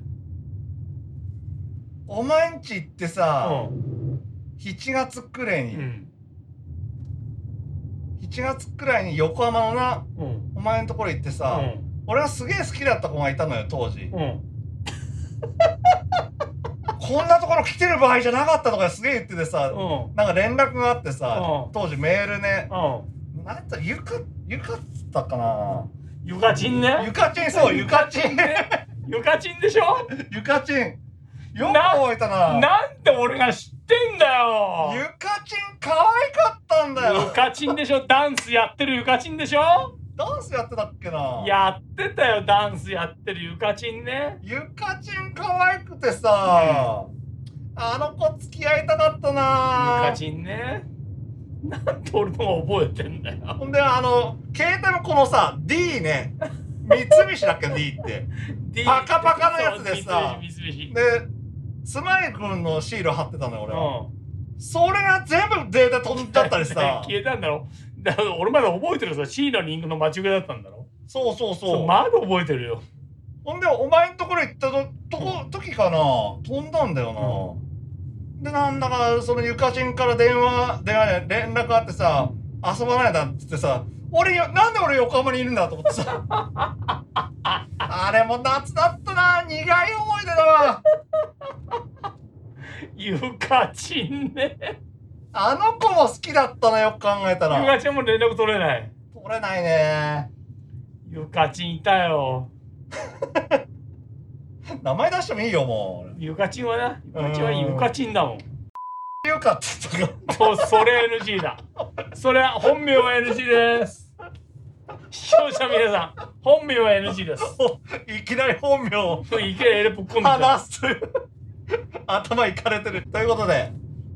Speaker 1: お前んち行ってさ、
Speaker 2: う
Speaker 1: 7月くらいに、
Speaker 2: んうん
Speaker 1: 7月くらいに横浜のな
Speaker 2: うん
Speaker 1: お前のところ行ってさ、俺はすげえ好きだった子がいたのよ当時、
Speaker 2: うんうん
Speaker 1: こんなところ来てる場合じゃなかったとかすげえ言っててさ、
Speaker 2: うん
Speaker 1: なんか連絡があってさ、
Speaker 2: うん
Speaker 1: 当時メールね、
Speaker 2: うん
Speaker 1: なんだゆかゆかっつったかな、
Speaker 2: ゆかちん
Speaker 1: ゆ
Speaker 2: ね
Speaker 1: かちんそうゆかちん [laughs]
Speaker 2: ゆかちんでしょ
Speaker 1: ゆかちんよく
Speaker 2: な
Speaker 1: 覚えたな
Speaker 2: なんで俺が知ってんだよ
Speaker 1: ゆかちん可愛かったんだ
Speaker 2: ゆ
Speaker 1: よ
Speaker 2: かちんでしょダンスやってるゆかちんでしょ
Speaker 1: ダンスやってたっけな
Speaker 2: やってたよダンスやってるゆかちんね
Speaker 1: ゆかちん可愛くてさ、あの子付き合いたかった
Speaker 2: ゆか
Speaker 1: な
Speaker 2: ちんねなんで俺の方が覚えてんだよ
Speaker 1: ほんであの携帯のこのさ D ね三菱だっけ D ってパカパカのやつでさ
Speaker 2: そう三菱三菱
Speaker 1: でスマイル君のシール貼ってたのよ俺は、
Speaker 2: う
Speaker 1: それが全部データ飛んじゃったり [laughs]
Speaker 2: ん
Speaker 1: さ
Speaker 2: [laughs] 消えたんだろだから俺まだ覚えてるさ C のリンクの待ち受けだったんだろ
Speaker 1: そうそうそう
Speaker 2: そうまだ覚えてるよ
Speaker 1: ほんでお前んところ行ったととこ時かな飛んだんだよな、でなんだかそのゆかちんから電話電話で連絡あってさ遊ばないだっつってさ俺よなんで俺横浜にいるんだと思って [laughs] さあれも夏だったな苦い思い出だわ
Speaker 2: ゆかちんね
Speaker 1: あの子も好きだったなよく考えた
Speaker 2: ゆ
Speaker 1: ら
Speaker 2: かちんも連絡取れない
Speaker 1: 取れないね
Speaker 2: ゆかちんいたよ
Speaker 1: 名前出してもいいよもう
Speaker 2: ゆかちんはなゆかちんは
Speaker 1: うん
Speaker 2: ゆかちんだもん
Speaker 1: 俺ゆかって言ったか
Speaker 2: そう、それ NG だ。それは本名は NG です。視聴者皆さん、本名は NG です。
Speaker 1: らいきなり本名を
Speaker 2: いきなりぶっ込んできた。
Speaker 1: 話す頭いかれてるということで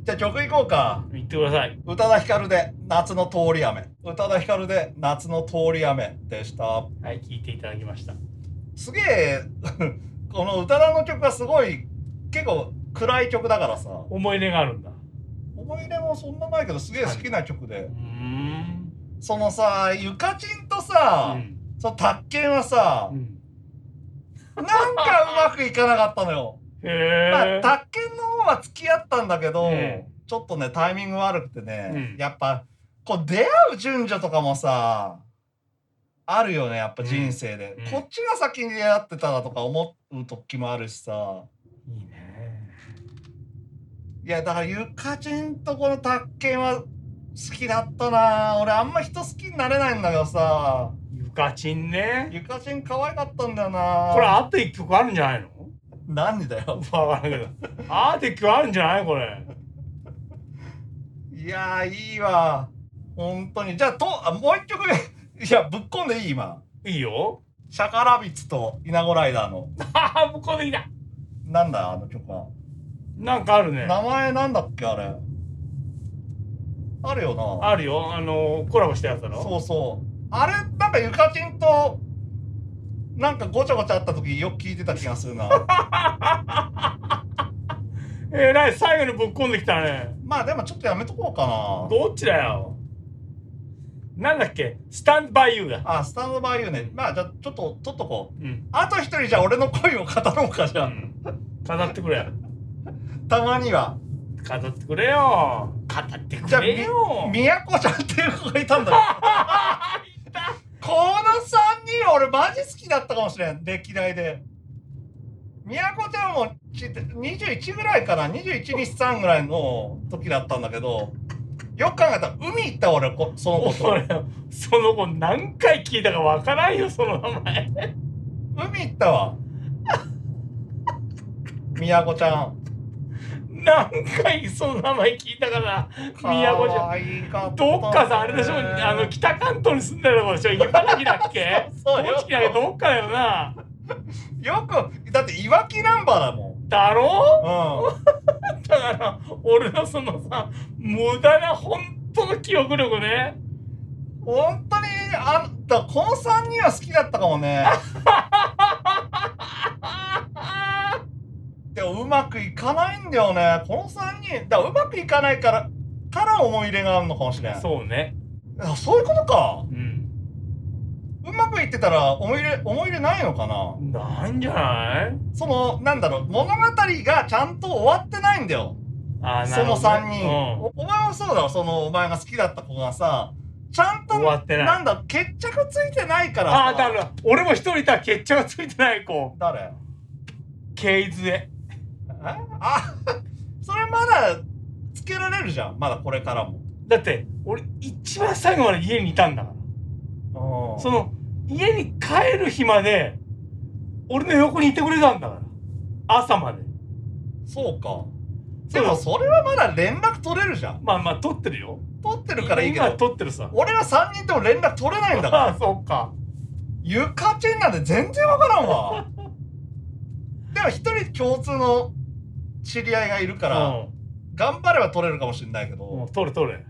Speaker 1: じゃあ曲いこうか
Speaker 2: 言ってください。
Speaker 1: 宇多田ヒカルで「夏の通り雨」宇多田ヒカルで「夏の通り雨」でした
Speaker 2: はい、聞いていただきました。
Speaker 1: すげえ [laughs] この宇多田の曲がすごい結構暗い曲だからさ
Speaker 2: 思い出があるんだ。
Speaker 1: 思い入れもそんなないけどすげえ好きな曲で、
Speaker 2: うーん。
Speaker 1: そのさゆかちんとさ、
Speaker 2: うん
Speaker 1: その卓研はさ
Speaker 2: う、ん
Speaker 1: なんかうまくいかなかったのよ、
Speaker 2: へ
Speaker 1: まあ
Speaker 2: え。
Speaker 1: 卓研の方は付き合ったんだけど、
Speaker 2: ええ
Speaker 1: ちょっとねタイミング悪くてね、
Speaker 2: うん
Speaker 1: やっぱこう出会う順序とかもさあるよねやっぱ人生で、
Speaker 2: うん
Speaker 1: こっちが先に出会ってたらとか思う時もあるしさ
Speaker 2: いいね。
Speaker 1: いやだからゆかちんとこの卓研は好きだったな俺あんま人好きになれないんだけどさ
Speaker 2: ゆかちんね。
Speaker 1: ゆかちん可愛かったんだよな
Speaker 2: これあと一曲あるんじゃないの
Speaker 1: 何だよ
Speaker 2: わからんないけど。あと一曲あるんじゃないこれ。
Speaker 1: いやーいいわ本当にじゃあとあもう一曲いやぶっこんでいい今
Speaker 2: いいよ。
Speaker 1: シャカラビッツとイナゴライダーの
Speaker 2: ああ、向こうでいいだ。
Speaker 1: なんだあの曲は。
Speaker 2: なんかあるね。
Speaker 1: 名前なんだっけあれ。あるよな。
Speaker 2: あるよ。あの、コラボしたやつだろ。
Speaker 1: そうそう。あれなんかゆかちんとなんかごちゃごちゃあった時よく聞いてた気がする
Speaker 2: [laughs]
Speaker 1: な。
Speaker 2: えらい最後にぶっ込んできたね
Speaker 1: まあでもちょっとやめとこうか
Speaker 2: どっちだよなんだっけスタンドバイユーだ
Speaker 1: な。あスタンドバイユーね。まあじゃあちょっと取っとこう。
Speaker 2: うん、
Speaker 1: あと一人じゃあ俺の恋を語ろうかじ
Speaker 2: う
Speaker 1: ゃあ。
Speaker 2: ん、語ってくれ
Speaker 1: たまには。
Speaker 2: 語ってくれよ語って
Speaker 1: じゃあ
Speaker 2: く
Speaker 1: み
Speaker 2: れよ
Speaker 1: みやこちゃんっていう子がいたん
Speaker 2: [laughs]
Speaker 1: だよ。この三人俺マジ好きだったかもしれん歴代で宮古ちゃんもち21ぐらいかな2123ぐらいの時だったんだけどよく考えたら海行った俺こそのこ
Speaker 2: [laughs]
Speaker 1: と
Speaker 2: 俺その子何回聞いたかわからんよその名前
Speaker 1: 海行ったわ宮古ちゃん
Speaker 2: 何回その名前聞いたから宮古じゃ
Speaker 1: ゃ
Speaker 2: どっかさあれでしょあの北関東に住んでる子でしょ茨城だっけ
Speaker 1: そうそうよ
Speaker 2: 栃木だっけどっかだよな
Speaker 1: よくだっていわきナンバーだもん
Speaker 2: だろ
Speaker 1: うん
Speaker 2: だから俺のそのさ無駄な本当の記憶力ね
Speaker 1: 本当にあんたこの3人は好きだったかも
Speaker 2: [laughs]
Speaker 1: ねでもうまくいかないんだよねこの3人だからうまくいかないからから思い入れがあるのかもしれないそ
Speaker 2: そうね
Speaker 1: うそういうことか
Speaker 2: うん
Speaker 1: うまくいってたら思い入れ思い入れないのかな
Speaker 2: なんじゃない
Speaker 1: そのなんだろう物語がちゃんと終わってないんだよ
Speaker 2: あーな
Speaker 1: そ
Speaker 2: るほ
Speaker 1: の
Speaker 2: どね
Speaker 1: 3人、おお前もそうだろそのお前が好きだった子がさちゃんと
Speaker 2: 終わってない
Speaker 1: んだ決着ついてないからさ
Speaker 2: ああだから俺も一人いたら決着がついてない子
Speaker 1: 誰
Speaker 2: ケイズエ
Speaker 1: えあ [laughs] それまだつけられるじゃんまだこれからも
Speaker 2: だって俺一番最後まで家にいたんだからその家に帰る日まで俺の横にいてくれたんだから朝まで
Speaker 1: そうかで
Speaker 2: そう
Speaker 1: もそれはまだ連絡取れるじゃん
Speaker 2: まあまあ撮ってるよ
Speaker 1: 取ってるからいいけ
Speaker 2: 今
Speaker 1: ど
Speaker 2: 撮ってるさ
Speaker 1: 俺は3人とも連絡取れないんだか
Speaker 2: [laughs] ああ
Speaker 1: ら
Speaker 2: そっか
Speaker 1: ゆかちんなんて全然わからんわでも一人共通の知り合いがいるから、頑張れば取れるかもしれないけど、
Speaker 2: うん、うん、撮る撮る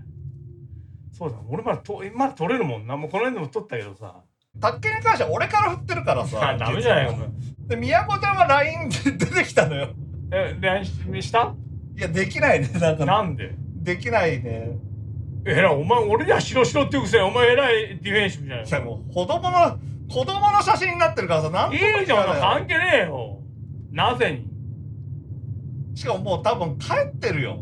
Speaker 2: そうだ俺まだとまだ撮れるもんなもうこの辺でも撮ったけどさ
Speaker 1: 卓球に関しては俺から振ってるからさ
Speaker 2: あ [laughs] ダメじゃない
Speaker 1: 実は
Speaker 2: よ
Speaker 1: で宮古ちゃんは LINE で出てきたのよ
Speaker 2: え LINE した
Speaker 1: いやできないねだから
Speaker 2: なんで
Speaker 1: できないね
Speaker 2: えらいお前俺にはしろしろって言うくせにお前えらいディフェンシブじゃない
Speaker 1: いやもう子供の子供の写真になってるからさなんとも
Speaker 2: いいじ
Speaker 1: 言わ
Speaker 2: ゃん
Speaker 1: ない
Speaker 2: 関係ねえよなぜに
Speaker 1: しかももう多分帰ってるよ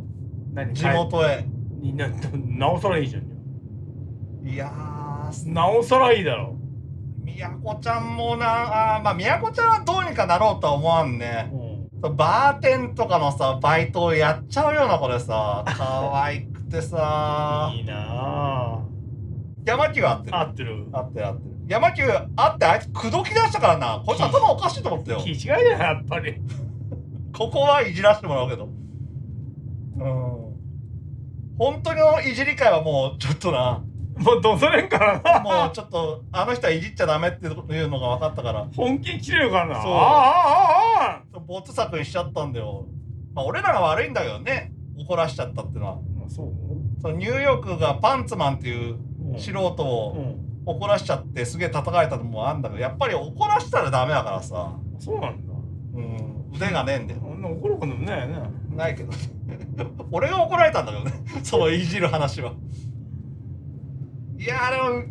Speaker 2: 何
Speaker 1: 地元へ、
Speaker 2: にななおさらいいじゃん
Speaker 1: い、やー
Speaker 2: なおさらいいだろ
Speaker 1: 宮古ちゃんもなあーまあ宮古ちゃんはどうにかなろうとは思わんね
Speaker 2: う
Speaker 1: バーテンとかのさバイトをやっちゃうようなこれさ可愛くてさ
Speaker 2: [laughs] んいいなあ
Speaker 1: 山木は合ってる
Speaker 2: 合ってる
Speaker 1: あってあって山球あってあいつ口説き出したからなこいつ頭おかしいと思ったよ
Speaker 2: 気違いだよやっぱり
Speaker 1: ここはいじらしてもらうけどうん本当のいじり会はもうちょっとな
Speaker 2: もうどされんからな
Speaker 1: もうちょっとあの人はいじっちゃダメっていうのが分かったから
Speaker 2: 本気に切れるからな
Speaker 1: そう
Speaker 2: あああああ
Speaker 1: ボツ作にしちゃったんだよまあ俺らが悪いんだけどね怒らしちゃったってのは
Speaker 2: あそう
Speaker 1: そのニューヨークがパンツマンっていう
Speaker 2: うん
Speaker 1: 素人
Speaker 2: う
Speaker 1: を
Speaker 2: ん
Speaker 1: 怒らしちゃってすげえ叩かれたのもあんだけどやっぱり怒らしたらダメだからさ、
Speaker 2: そうなんだ
Speaker 1: うん、腕がねえんだよ
Speaker 2: あんな怒ることもないよね
Speaker 1: ないけど [laughs] 俺が怒られたんだけどねそのいじる話はいやあれは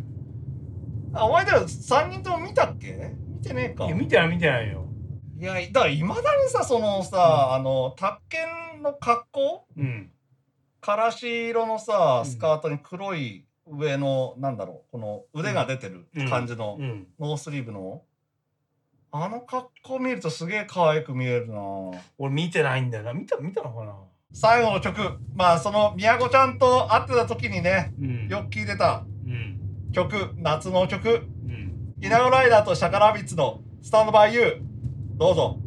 Speaker 1: あお前だよ3人とも見たっけ見てねえか
Speaker 2: いや見てない見てないよ
Speaker 1: いやだからいまだにさそのさ、あの宅建の格好
Speaker 2: うん
Speaker 1: からし色のさ
Speaker 2: うん
Speaker 1: スカートに黒い上の、なんだろうこの腕が出てる感じの、
Speaker 2: うん
Speaker 1: ノースリーブのあの格好見るとすげえ可愛く見えるな
Speaker 2: 俺見てないんだよな見た見たのかな
Speaker 1: 最後の曲まあその宮古ちゃんと会ってた時にね
Speaker 2: うん
Speaker 1: よく聴いてた
Speaker 2: うん
Speaker 1: 曲夏の曲
Speaker 2: うん
Speaker 1: イナゴライダーとシャカラビッツの「スタンドバイユー」どうぞ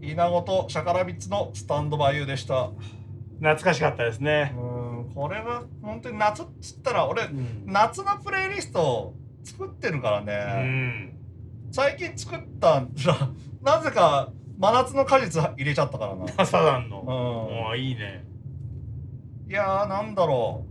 Speaker 1: イナゴとシャカラビッツの「スタンドバイユー」でしたう
Speaker 2: 懐かしかったですね
Speaker 1: ーんこれは本当に夏っつったら俺
Speaker 2: うん
Speaker 1: 夏のプレイリストを作ってるから
Speaker 2: う
Speaker 1: ね、
Speaker 2: ん
Speaker 1: 最近作ったんだなぜか真夏の果実入れちゃったからな
Speaker 2: サザンの
Speaker 1: う
Speaker 2: あいいね
Speaker 1: んいやーなんだろ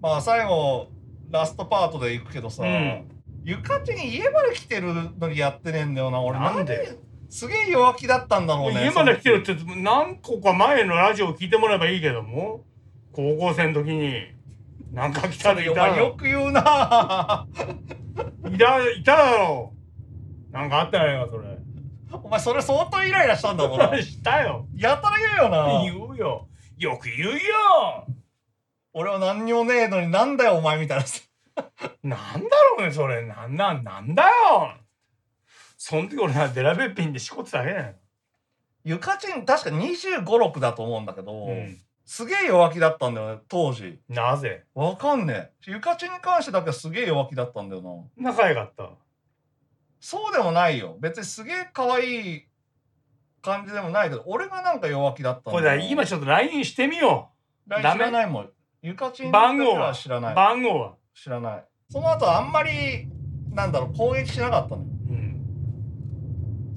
Speaker 1: うまあ最後ラストパートでいくけどさ、
Speaker 2: うん
Speaker 1: ゆかちに家まで来てるのにやってねえんだよな俺
Speaker 2: なんです
Speaker 1: げえ弱気だったんだろうね
Speaker 2: 家まで来てるって何個か前のラジオを聞いてもらえばいいけども高校生の時になんか来
Speaker 1: そ
Speaker 2: たら
Speaker 1: の
Speaker 2: い
Speaker 1: 時お
Speaker 2: た
Speaker 1: 前よ
Speaker 2: よ
Speaker 1: く言うな [laughs]
Speaker 2: いたいただろうなんかあったよそ
Speaker 1: [laughs]
Speaker 2: れ
Speaker 1: お前それ相当イライラしたんだもんな
Speaker 2: したよ
Speaker 1: やたら言うよな
Speaker 2: 言うよよく言うよ
Speaker 1: 俺は何にもねえのになんだよお前みたいなさ
Speaker 2: なんだろうねそれなんなんなんだよその時俺はデラベッピンでしこってただけだよ、
Speaker 1: ゆかちん確か2 5 6だと思うんだけど、
Speaker 2: うん
Speaker 1: すげえ弱気だったんだよね当時
Speaker 2: なぜ
Speaker 1: わかんねえゆかちんに関してだけはすげえ弱気だったんだよな
Speaker 2: 仲良かった
Speaker 1: そうでもないよ別にすげえ可愛い感じでもないけど俺がなんか弱気だったん
Speaker 2: これ
Speaker 1: だ
Speaker 2: だ
Speaker 1: よな
Speaker 2: 今ちょっと LINE してみよ
Speaker 1: 来
Speaker 2: ダ
Speaker 1: 知
Speaker 2: メ
Speaker 1: らないもん。ゆかちん
Speaker 2: う
Speaker 1: だ
Speaker 2: 番
Speaker 1: け
Speaker 2: 号は
Speaker 1: は知らない。
Speaker 2: 番号は
Speaker 1: 知らない。その後あんまり、なんだろう、攻撃しなかったのよ。
Speaker 2: うん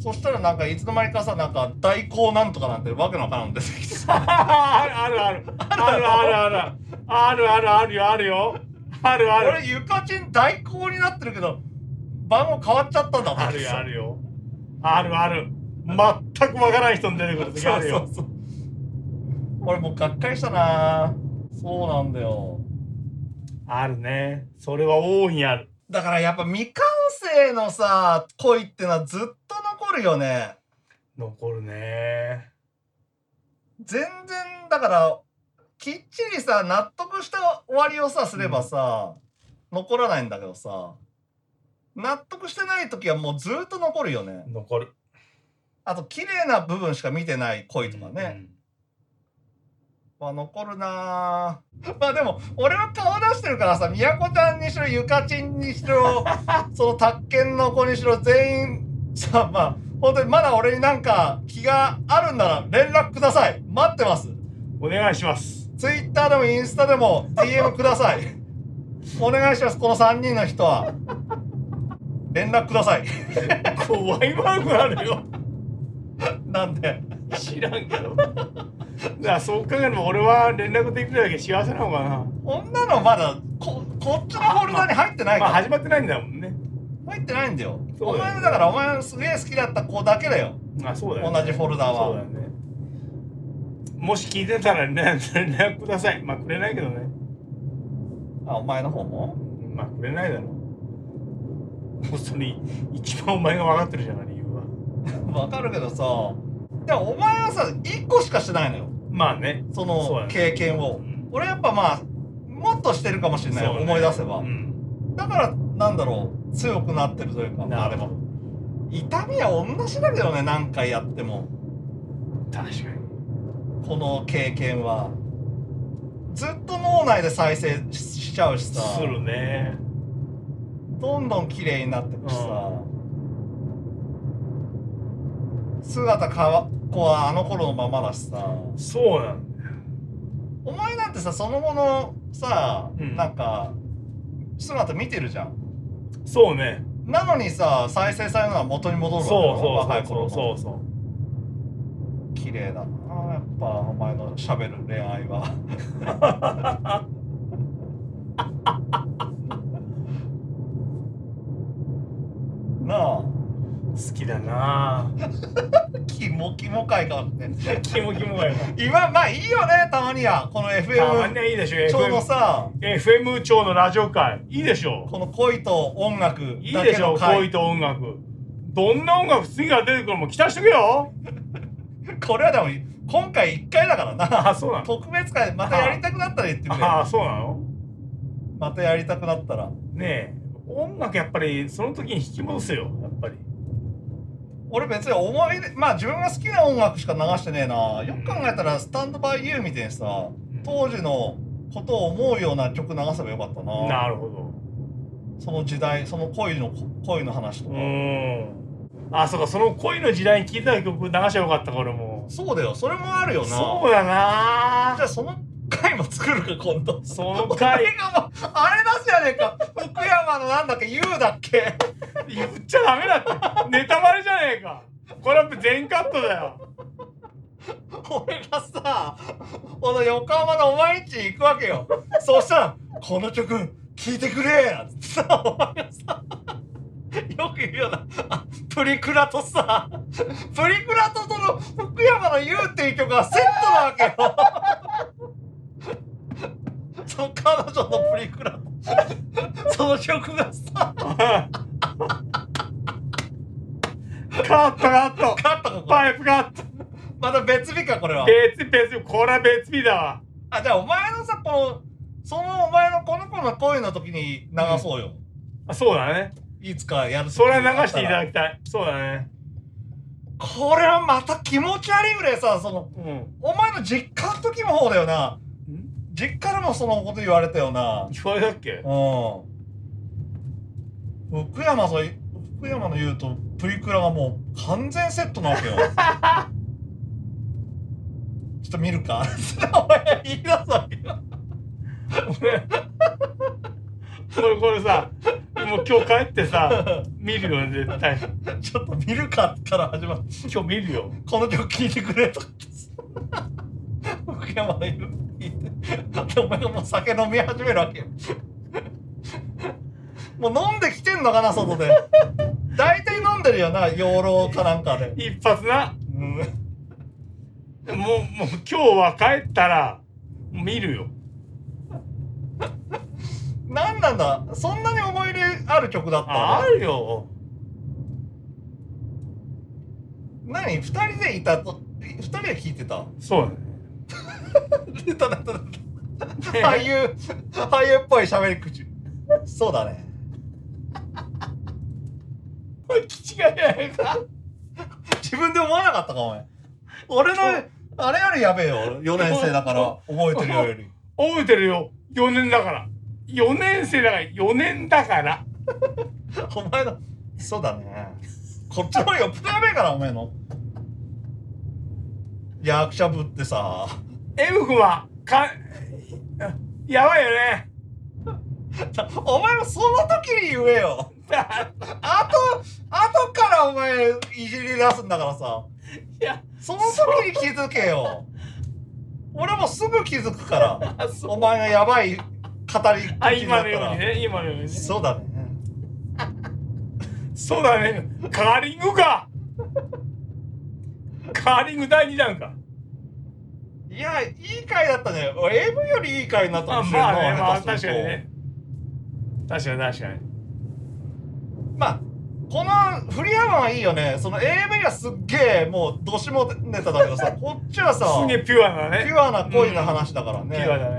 Speaker 1: そしたらなんかいつの間にかさなんか代行なんとかなんてわけのわからんの出てきてさ
Speaker 2: あるあるあるあるあるあるあるあるよあるよあるある
Speaker 1: 俺ゆかちん代行になってるけど番号変わっちゃったんだ
Speaker 2: あるよあ
Speaker 1: る
Speaker 2: るよあるある全くわからない人に出てくる時
Speaker 1: そ
Speaker 2: あ
Speaker 1: うそ
Speaker 2: るよ
Speaker 1: うそう俺もうがっかりしたなそうなんだよ
Speaker 2: あるねそれは大いにある
Speaker 1: だからやっぱ未完成のさ恋ってのはずっと残るよね
Speaker 2: 残るね
Speaker 1: 全然だからきっちりさ納得した終わりをさすればさ、残らないんだけどさ納得してない時はもうずっと残るよね
Speaker 2: 残る
Speaker 1: あと綺麗な部分しか見てない恋とかね、は残るなぁ [laughs] まあでも俺は顔出してるからさみやこちゃんにしろゆかちんにしろその宅建の子にしろ全員さまあ本当にまだ俺になんか気があるんなら連絡ください待ってます
Speaker 2: うんお願いします
Speaker 1: ツイッターでもインスタでも DM ください。お願いします、この3人の人は。連絡ください。
Speaker 2: 怖い悪くなるよ
Speaker 1: なんで、
Speaker 2: 知らんけ [laughs] どだからそう考えれば俺は連絡できるだけ幸せなのかな
Speaker 1: こんなのまだここっちのフォルダに入ってないか
Speaker 2: まあ
Speaker 1: ら。
Speaker 2: 始まってないんだもんね
Speaker 1: 入ってないんだよ。
Speaker 2: そう
Speaker 1: お
Speaker 2: だよね
Speaker 1: 前のだから、お前のすげえ好きだった子だけだよ。
Speaker 2: あそうだよ、
Speaker 1: 同じフォルダは
Speaker 2: そうだよねもし聞いてたらね連絡くださいまあくれないけどね
Speaker 1: あ、お前の方も
Speaker 2: まあくれないだろもうそれ一番お前が分かってるじゃない理由は
Speaker 1: わかるけどさ。でもお前はさ、1個しかしてないのよ。
Speaker 2: まあね
Speaker 1: そ
Speaker 2: そうだ
Speaker 1: の
Speaker 2: ね
Speaker 1: 経験を。
Speaker 2: うん
Speaker 1: 俺やっぱまあ、もっとしてるかもしれない、
Speaker 2: そうだね
Speaker 1: 思い出せば。
Speaker 2: うん
Speaker 1: だからなんだろう強くなってるというかまあでも痛みは同じだけどね何回やっても
Speaker 2: 確かに
Speaker 1: この経験はずっと脳内で再生ししちゃうしさ
Speaker 2: するね
Speaker 1: どんどん綺麗になってくしさ、姿かわ子はあの頃のままだしさ
Speaker 2: そうなんだよ
Speaker 1: お前なんてさその後のさ、
Speaker 2: うん
Speaker 1: なんか姿見てるじゃん
Speaker 2: そうね
Speaker 1: なのにさ再生されるのは元に戻
Speaker 2: そう
Speaker 1: るわけよ
Speaker 2: そ
Speaker 1: 若
Speaker 2: う
Speaker 1: い頃
Speaker 2: そう
Speaker 1: の
Speaker 2: そうそう
Speaker 1: 綺麗だなやっぱお前のしゃべる恋愛はなあ
Speaker 2: 好きだなぁ
Speaker 1: キモキモかいかって
Speaker 2: キモキモがよ
Speaker 1: 今まあいいよねたまにはこの
Speaker 2: たまには
Speaker 1: FM
Speaker 2: いいでしょ
Speaker 1: ちょうど
Speaker 2: FM,
Speaker 1: さ
Speaker 2: FM 町のラジオ会いいでしょ
Speaker 1: この恋と音楽
Speaker 2: いい
Speaker 1: だ
Speaker 2: で
Speaker 1: け
Speaker 2: しょ
Speaker 1: の
Speaker 2: 恋
Speaker 1: 回
Speaker 2: と音楽どんな音楽次から出てくるのも期待しとけよ
Speaker 1: これはでも今回1回だから
Speaker 2: あ
Speaker 1: な
Speaker 2: そうなの
Speaker 1: 特別会またやりたくなったら言ってくれ
Speaker 2: ああそうなの
Speaker 1: またやりたくなったら
Speaker 2: ねえ音楽やっぱりその時に引き戻せよやっぱり
Speaker 1: 俺別に思い出まあ自分が好きな音楽しか流してねえなよく考えたら「スタンドバイユーみたいにさ当時のことを思うような曲流せばよかったな
Speaker 2: なるほど
Speaker 1: その時代その恋の恋の話と
Speaker 2: う
Speaker 1: か、
Speaker 2: ーんあそうかその恋の時代に聴いた曲流しゃよかった俺も
Speaker 1: そうだよそれもあるよな
Speaker 2: そうだな
Speaker 1: じゃあその回も作るか今度
Speaker 2: その
Speaker 1: あ
Speaker 2: 回
Speaker 1: れがもうあれだじゃねえか福山のなんだっけ YOU だっけ
Speaker 2: 言っちゃダメだってネタバレじゃねえかこれは全カットだよ
Speaker 1: [laughs] 俺がさこの横浜のお前んち行くわけよそうしたら「この曲聴いてくれ!」なんつってさお前がさよく言うようなあプリクラとさプリクラとその福山の「YOU」っていう曲がセットなわけよその彼女のプリクラとその曲がさ
Speaker 2: カットカット
Speaker 1: カットここ
Speaker 2: パイプカット
Speaker 1: また別日かこれは
Speaker 2: 別に別にこれは別にだわ
Speaker 1: あじゃあお前のさこのそのお前のこの子の恋の時に流そうよ、
Speaker 2: あそうだね
Speaker 1: いつかやる
Speaker 2: それは流していただ
Speaker 1: き
Speaker 2: きたいそうだね
Speaker 1: これはまた気持ち悪いぐらいさその
Speaker 2: うん
Speaker 1: お前の実家の時も方だよなん実家でもそのこと言われたよな
Speaker 2: 言われたっけ
Speaker 1: うん福山さん福山の言うとプリクラがもう完全セットなわけよ [laughs] ちょっと見るか [laughs] お前言い出すわけよ
Speaker 2: 俺これこれさもう今日帰ってさ見るよね絶対
Speaker 1: ちょっと見るかから始まる
Speaker 2: 今日見るよ
Speaker 1: この曲聴いてくれとか言 [laughs] って福山の犬聞いてでお前がもう酒飲み始めるわけよ [laughs] もう飲んできてんのかな外で [laughs] 大体飲んでるよな養老かなんかで、
Speaker 2: 一発な
Speaker 1: うん、
Speaker 2: もうもう今日は帰ったら見るよ
Speaker 1: 何なんだそんなに思い入れある曲だった
Speaker 2: あ
Speaker 1: の
Speaker 2: あるよ
Speaker 1: 何二人でいたと二人で聴いて
Speaker 2: [laughs]
Speaker 1: た [laughs]
Speaker 2: そうだね
Speaker 1: 出た出た出た俳優俳優っぽい喋り口そうだね
Speaker 2: これ気違いじゃないか
Speaker 1: 自分で思わなかったかお前俺のあれよりやべえよ4年生だ [laughs] から覚えてるより
Speaker 2: 覚えてるよ4年だから4年生だから4年だから
Speaker 1: お前のそうだねこっちの方がよっぽどやべえからお前の役者ぶってさ
Speaker 2: M 君はかやばいよ [laughs] ね
Speaker 1: お前もその時に言えよ
Speaker 2: だ
Speaker 1: あと後からお前いじり出すんだからさ
Speaker 2: いや
Speaker 1: その時に気づけよ俺もすぐ気づくから
Speaker 2: あそう
Speaker 1: お前のやばい語り口
Speaker 2: あ
Speaker 1: にな
Speaker 2: 今
Speaker 1: っ
Speaker 2: の
Speaker 1: た
Speaker 2: よう
Speaker 1: ら
Speaker 2: にね今のようにね
Speaker 1: そうだね
Speaker 2: そうだね。カーリングか。カーリング第2弾か。
Speaker 1: いやいい回だったね AV よりいい回になった
Speaker 2: ま
Speaker 1: か
Speaker 2: あ
Speaker 1: もしれん
Speaker 2: ま
Speaker 1: な
Speaker 2: あね、まあ
Speaker 1: 下手
Speaker 2: 確
Speaker 1: す
Speaker 2: か
Speaker 1: る
Speaker 2: に
Speaker 1: と
Speaker 2: ね。確かに確かに。
Speaker 1: まあこのフリーハマはいいよねその AV はすっげえ
Speaker 2: [laughs]
Speaker 1: もうどしもネタだけどさこっちはさ
Speaker 2: すげえピュアな
Speaker 1: ピ
Speaker 2: ね。
Speaker 1: ュアな恋の話だからね、
Speaker 2: ピュアだね。